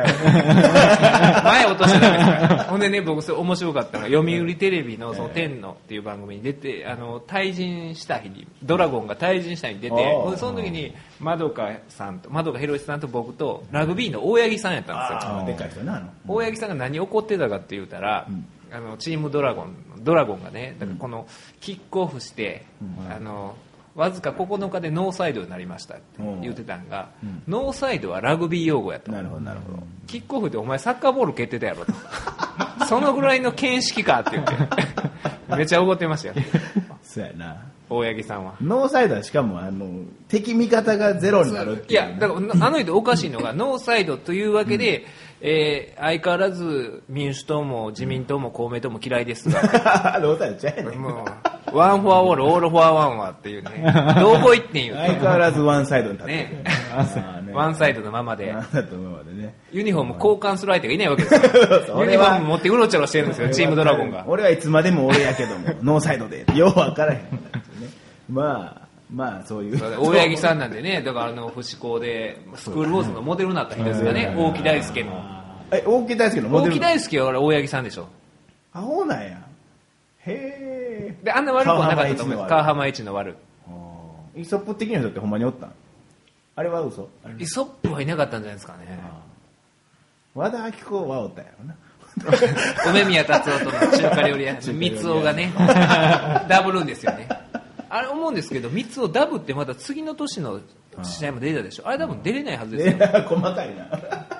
Speaker 2: 前落としちゃダメですから。ほんでね、僕それ面白かったのが、読売テレビのその天のっていう番組に出て、あの、退陣した日に、ドラゴンが退陣した日に出て、
Speaker 1: あー
Speaker 2: ほんでその時に、まどかさんと、まどかひろしさんと僕と、ラグビーの大八木さんやったんですよ。
Speaker 1: ああでかい人なあの
Speaker 2: 大八木さんが何怒ってたかって言うたら、あのチームドラゴンドラゴンがねだからこのキックオフして、あのわずか9日でノーサイドになりましたって言ってたんが、ノーサイドはラグビー用語やと
Speaker 1: なるほどなるほど
Speaker 2: キックオフでお前サッカーボール蹴ってたやろと そのぐらいの見識かって言って めちゃ怒ってましたよ
Speaker 1: そうやな
Speaker 2: 大八木さんは。
Speaker 1: ノーサイドはしかもあの敵味方がゼロになるって
Speaker 2: い
Speaker 1: いう
Speaker 2: や
Speaker 1: ね、
Speaker 2: だからあの人おかしいのが、ノーサイドというわけで、えー相変わらず民主党も自民党も公明党も嫌いですが、
Speaker 1: ノーサイドちゃうやねん
Speaker 2: もう、ワンフォアオール、オールフォアワンはっていうね、どこ行ってんよ
Speaker 1: 相変わらずワンサイドに立ってる
Speaker 2: ね
Speaker 1: ああね
Speaker 2: ワンサイドのままで
Speaker 1: ワン、サイドのままでね
Speaker 2: ユニフォーム交換する相手がいないわ けですよ。
Speaker 1: は
Speaker 2: ユニフォーム持ってうろちょろしてるんですよ、チームドラゴンが。
Speaker 1: 俺はいつまでも俺やけどもノーサイドでよう分からへん、ね、まあまあそういう
Speaker 2: 大八木さんなんでね、だからあの、不思考で、スクールウォーズのモデルになった人ですかね、大木大輔の。
Speaker 1: え大木大輔のモデ
Speaker 2: 大
Speaker 1: ル
Speaker 2: 木大輔は大八木さんでしょ。
Speaker 1: アホなんやへえ
Speaker 2: で、あんな悪くはなかったと思います。
Speaker 1: 川
Speaker 2: 川浜一の悪。
Speaker 1: イソップ的な人ってほんまにおったんあれは嘘あれ
Speaker 2: イソップはいなかったんじゃないですかね。
Speaker 1: 和田アキ子はおったんやろな
Speaker 2: 梅宮達夫との中華料理屋三つおが ねダブるんですよねあれ思うんですけど三つおダブってまた次の年の試合も出たでしょあれ多分出れないはずですよ
Speaker 1: え 細かいな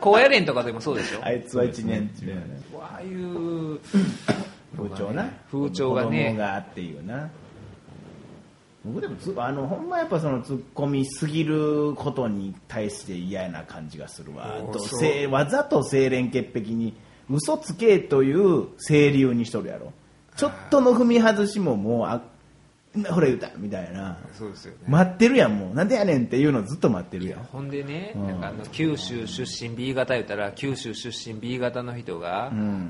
Speaker 2: 高野連とかでもそうでしょ
Speaker 1: あいつは一年中やね
Speaker 2: ああいう
Speaker 1: 風潮な
Speaker 2: 風潮がね
Speaker 1: 子供があっていうな僕でもつあのほんまやっぱその突っ込みすぎることに対して嫌な感じがするわ
Speaker 2: おー
Speaker 1: と
Speaker 2: そう
Speaker 1: せいわざと清廉潔癖に嘘つけという清流にしとるやろちょっとの踏み外しももうあほら言うたみたいな
Speaker 2: そうですよね
Speaker 1: 待ってるやんもうなんでやねんっていうのずっと待ってるやん
Speaker 2: ほんでね、なんかあの九州出身 B 型言ったら九州出身 B 型の人が、あの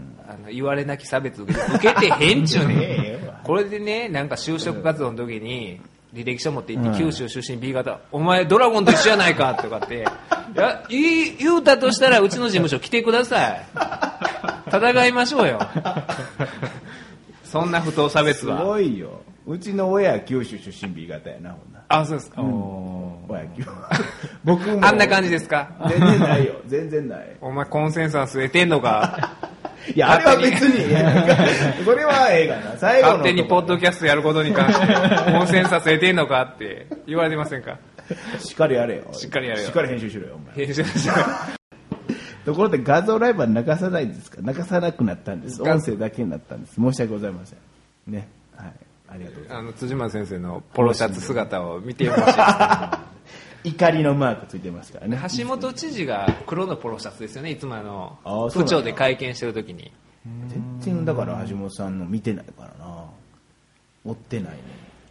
Speaker 2: 言われなき差別受け受けてへんちゅうね
Speaker 1: ええ
Speaker 2: ん
Speaker 1: わ
Speaker 2: これでねなんか就職活動の時に履歴書持って行って、九州出身 B 型お前ドラゴンと一緒やないかとか っていやいい言うたとしたらうちの事務所来てください戦いましょうよそんな不当差別
Speaker 1: す
Speaker 2: は
Speaker 1: ごいようちの親は九州出身 B 型やなほんな
Speaker 2: あそうですか、
Speaker 1: 親九僕も
Speaker 2: あんな感じですか
Speaker 1: 全然ないよ全然ない
Speaker 2: お前コンセンサス得てんのか
Speaker 1: いや、あれは別 に、いやそれはええがな。最後の。
Speaker 2: 勝手にポッドキャストやることに関 して、コンセンサス得てんのかって言われてませんか
Speaker 1: しっかりやれよ。
Speaker 2: しっかりやれよ
Speaker 1: しっかり編集しろよ、お前。
Speaker 2: 編集者
Speaker 1: ところで画像ライブは泣かさないんですか泣かさなくなったんです。
Speaker 2: が
Speaker 1: 音声だけになったんです。申し訳ございません。ね。はい。ありがとうございま。
Speaker 2: あの、辻間先生のポロシャツ姿を見てほしいです
Speaker 1: 怒りのマークついてますからね。
Speaker 2: す。橋本知事が黒のポロシャツですよね、いつもあ
Speaker 1: あー
Speaker 2: の、
Speaker 1: そうなん
Speaker 2: 府
Speaker 1: だ
Speaker 2: 庁で会見してる時に。
Speaker 1: 全然だから橋本さんの見てないからな。追ってないね。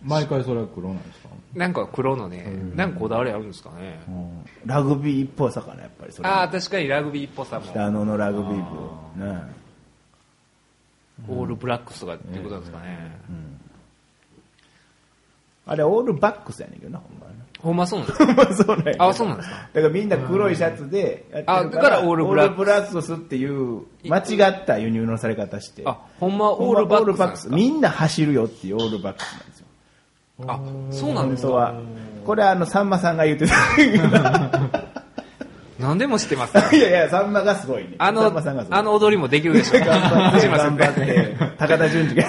Speaker 3: 毎回それは黒なんですか
Speaker 2: なんか黒のね、なんかこだわりあるんですかね。
Speaker 1: うんラグビーっぽさかな、やっぱりそれ。
Speaker 2: ああ、確かにラグビーっぽさも、
Speaker 1: 北野のラグビー部。ね。
Speaker 2: オールブラックスとかっていうことなんですかね。
Speaker 1: あれ、オールバックスやねんけどな、ほんまはな。
Speaker 2: ほんまそうなんです
Speaker 1: まあそう
Speaker 2: か
Speaker 1: なんや
Speaker 2: あそうなんですか
Speaker 1: だからみんな黒いシャツでやってる
Speaker 2: あだからオールブラックス
Speaker 1: オクスっていう間違った輸入のされ方して
Speaker 2: あ、ほんまオールバックスなんですか
Speaker 1: みんな走るよっていうオールバックスなんですよ
Speaker 2: あ、そうなんで
Speaker 1: 本
Speaker 2: す
Speaker 1: 当
Speaker 2: か
Speaker 1: はこれはあのさんまさんが言って た
Speaker 2: 何でも知ってますね
Speaker 1: いやいやさんまがすごいね
Speaker 2: あ
Speaker 1: さ
Speaker 2: の
Speaker 1: んまさんがす、ごい
Speaker 2: あの踊りもできるでしょ。
Speaker 1: 頑張って
Speaker 2: 藤間
Speaker 1: 頑
Speaker 2: 先
Speaker 1: 張っ
Speaker 2: 生
Speaker 1: て高田純次が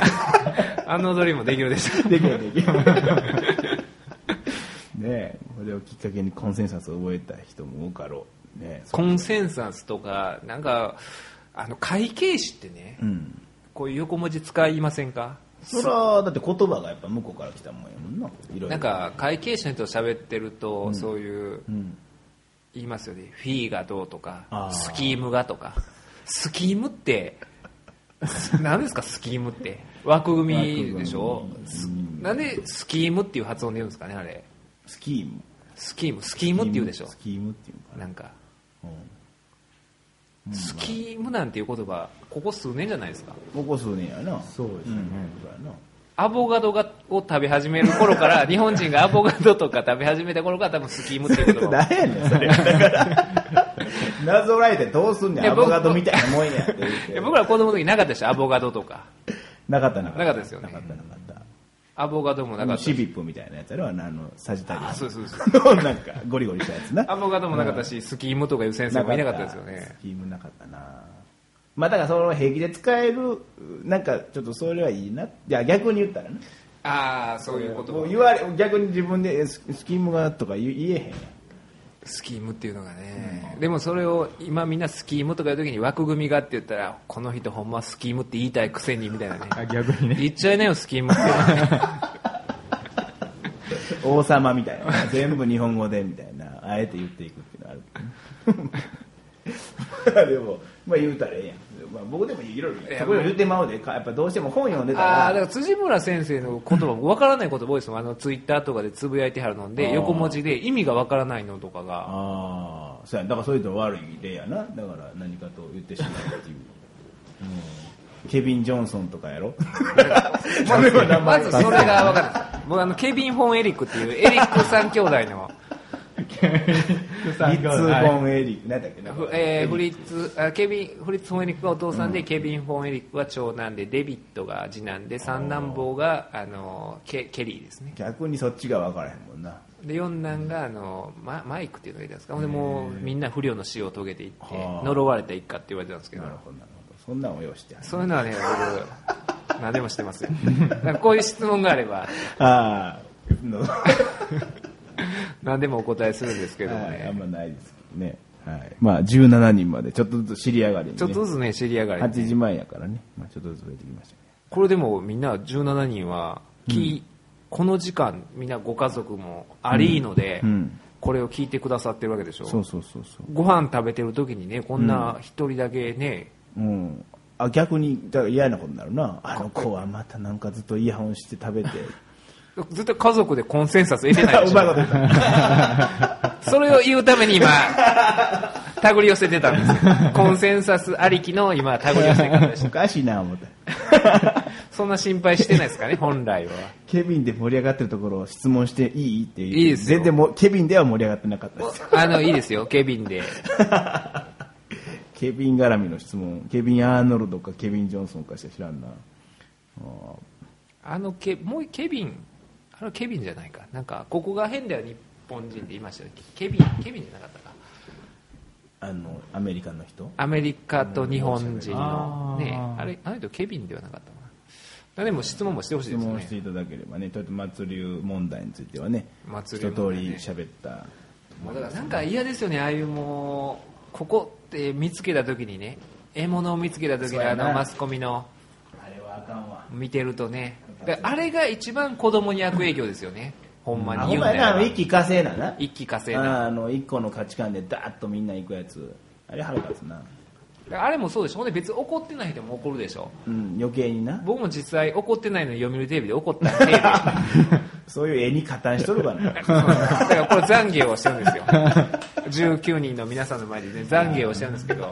Speaker 2: あの踊りもできるでしょ。
Speaker 1: できるできるねえこれをきっかけにコンセンサスを覚えた人も多かろうねえ
Speaker 2: コンセンサスとか、なんか、あの、会計士ってね、
Speaker 1: うん
Speaker 2: こういう横文字使いませんか
Speaker 1: それはだって言葉がやっぱ向こうから来たもんやもんないろいろ
Speaker 2: なんか、会計士の人と喋ってると、そういう、言いますよね。フィーがどうとか
Speaker 1: あー、
Speaker 2: スキームがとか。スキームって、何ですかスキームって枠組みでしょすなんでスキームっていう発音で言うんですかねあれ
Speaker 1: スキーム
Speaker 2: スキームスキームって言うでしょ
Speaker 1: スキームっていうのか
Speaker 2: な
Speaker 1: なん
Speaker 2: か
Speaker 1: うん
Speaker 2: スキームなんていう言葉ここ数年じゃないですか
Speaker 1: ここ数年やな
Speaker 3: そうですね
Speaker 1: んそうやな
Speaker 2: アボガドがを食べ始める頃 から日本人がアボガドとか食べ始めた頃から多分スキームっていう言葉
Speaker 1: 誰やねんそれだからなぞらえてどうすんね
Speaker 2: い
Speaker 1: ん
Speaker 2: や
Speaker 1: ア
Speaker 2: 僕
Speaker 1: ボカドみたいなもんやって言う
Speaker 2: い
Speaker 1: け
Speaker 2: や
Speaker 1: ど
Speaker 2: 僕ら子供の時なかったでしょアボガドとか
Speaker 1: なかったなかった
Speaker 2: なかったですよね
Speaker 1: なかったなかった
Speaker 2: アボガドもなかった
Speaker 1: シ
Speaker 2: し
Speaker 1: ビップみたいなやつやろあのあのサジタリア
Speaker 2: あそうそうそう
Speaker 1: の なんかゴリゴリしたやつな
Speaker 2: アボガドもなかったしスキームとかいう先生もいなかったですよね
Speaker 1: スキームなかったなまあだからその平気で使えるなんかちょっとそれはいいないや逆に言ったらね
Speaker 2: ああそういうこと
Speaker 1: もう言われ逆に自分でえススキームがとか言言えへんや ん
Speaker 2: スキームっていうのがね、でもそれを今みんなスキームとかいう時に枠組みがって言ったらこの人ほんまスキームって言いたいくせにみたいな ね
Speaker 3: あ逆にね
Speaker 2: 言っちゃいなよスキームって
Speaker 1: 王様みたいな全部日本語でみたいなあえて言っていくっていうのはある けどねでもまあ言うたらええやん、まあ、僕でもいろいろ
Speaker 2: いや
Speaker 1: そこでも言ってまうでかやっぱどうしても本読んでた
Speaker 2: ああだからら辻村先生の言葉も分からないこと多いですもんあのツイッターとかでつぶやいてはるの
Speaker 1: あ
Speaker 2: で
Speaker 1: ー
Speaker 2: 横文字で意味が分からないのとかが
Speaker 1: ああそうやだからそういうと悪い例やなだから何かと言ってしまう っていう、うん、ケビン・ジョンソンとかやろ まず
Speaker 2: まずそれが分からない僕あのケビン・フォン・エリックっていうエリック三兄弟の、
Speaker 1: リッツ・フォン・エリック何だっけな
Speaker 2: ふえーフリッツあケビンフリッツ・フォン・エリックがお父さんで、ケビン・フォン・エリックは長男でデビットが次男で三男坊があのケケリーですね
Speaker 1: 逆にそっちが分からへんもんな
Speaker 2: で四男があのママイクっていうのがいたんですかほんでもうみんな不良の死を遂げていって
Speaker 1: はあ
Speaker 2: 呪われた一家って言われてたんですけど
Speaker 1: なるほどなるほどそんなんを用意 してやる
Speaker 2: そういうのはね僕何でもしてますよ だからこういう質問があれば
Speaker 1: ああの
Speaker 2: 何でもお答えするん ですけども
Speaker 1: はい、あん
Speaker 2: ね
Speaker 1: まないですけどね、はいまあ、17人までちょっとずつ知り上がりに、ね、
Speaker 2: ちょっとずつね知り上がり
Speaker 1: 8時前やからね、まあ、ちょっとずつ増えてきましたね
Speaker 2: これでもみんな17人は、きこの時間みんなご家族もありので、
Speaker 1: うんうん
Speaker 2: これを聞いてくださってるわけでしょ
Speaker 1: そうそうそうそう、
Speaker 2: ご飯食べてる時にねこんな一人だけね、
Speaker 1: うん、あ逆にだから嫌なことになるなあの子はまたなんかずっとイヤホンして食べ て
Speaker 2: ずっと家族でコンセンサス得てないで
Speaker 1: う
Speaker 2: し
Speaker 1: まいこ
Speaker 2: ょ
Speaker 1: と言った
Speaker 2: それを言うために 今手繰り寄せてたんですよコンセンサスありきの今手繰り寄せ方でし
Speaker 1: お
Speaker 2: た
Speaker 1: かしいな思った
Speaker 2: そんな心配してないです かね本来は
Speaker 1: ケビンで盛り上がってるところを質問していいっていう
Speaker 2: いいですよ
Speaker 1: 全然もうケビンでは盛り上がってなかったです
Speaker 2: あのいいですよケビンで
Speaker 1: ケビン絡みの質問ケビン・アーノルドかケビン・ジョンソンかしか知らんなあー
Speaker 2: あのケもうケビンあのケビンじゃないかなんかここが変だよ日本人って言いましたねケビンケビンじゃなかったか
Speaker 1: あのアメリカの人
Speaker 2: アメリカと日本人の
Speaker 3: あー
Speaker 2: ねあれあの人ケビンではなかったかなあでも質問もしてほしい
Speaker 1: 質
Speaker 2: です
Speaker 1: 問して
Speaker 2: ね
Speaker 1: いただければね、ちょっと祭り問題についてはね、
Speaker 2: 祭り
Speaker 1: 一
Speaker 2: 問
Speaker 1: 通
Speaker 2: 題
Speaker 1: り
Speaker 2: ね
Speaker 1: 喋った。
Speaker 2: もうだからなんか嫌ですよねああいうもうここって見つけた時にね獲物を見つけた時
Speaker 1: そう
Speaker 2: にあ
Speaker 1: やな
Speaker 2: のマスコミの
Speaker 1: あれはあかんわ。
Speaker 2: 見てるとねだからあれが一番子供に悪影響ですよねほんま
Speaker 1: あ、
Speaker 2: に
Speaker 1: ほん
Speaker 2: 言うん
Speaker 1: ま
Speaker 2: だ
Speaker 1: やな、あ
Speaker 2: よ
Speaker 1: の一気火星なな。
Speaker 2: 一気稼い
Speaker 1: あ
Speaker 2: だ
Speaker 1: ーあの、一個の価値観でダーッとみんな行くやつ。あれ腹立つな。
Speaker 2: あれもそうでしょほんで別に怒ってない人も怒るでしょ
Speaker 1: うん、余計にな。
Speaker 2: 僕も実際怒ってないのに読売テレビで怒った んでだか
Speaker 1: そういう絵に加担しとるからな。
Speaker 2: らこれ懺悔をしてるんですよ19人の皆さんの前でね懺悔をしてるんですけど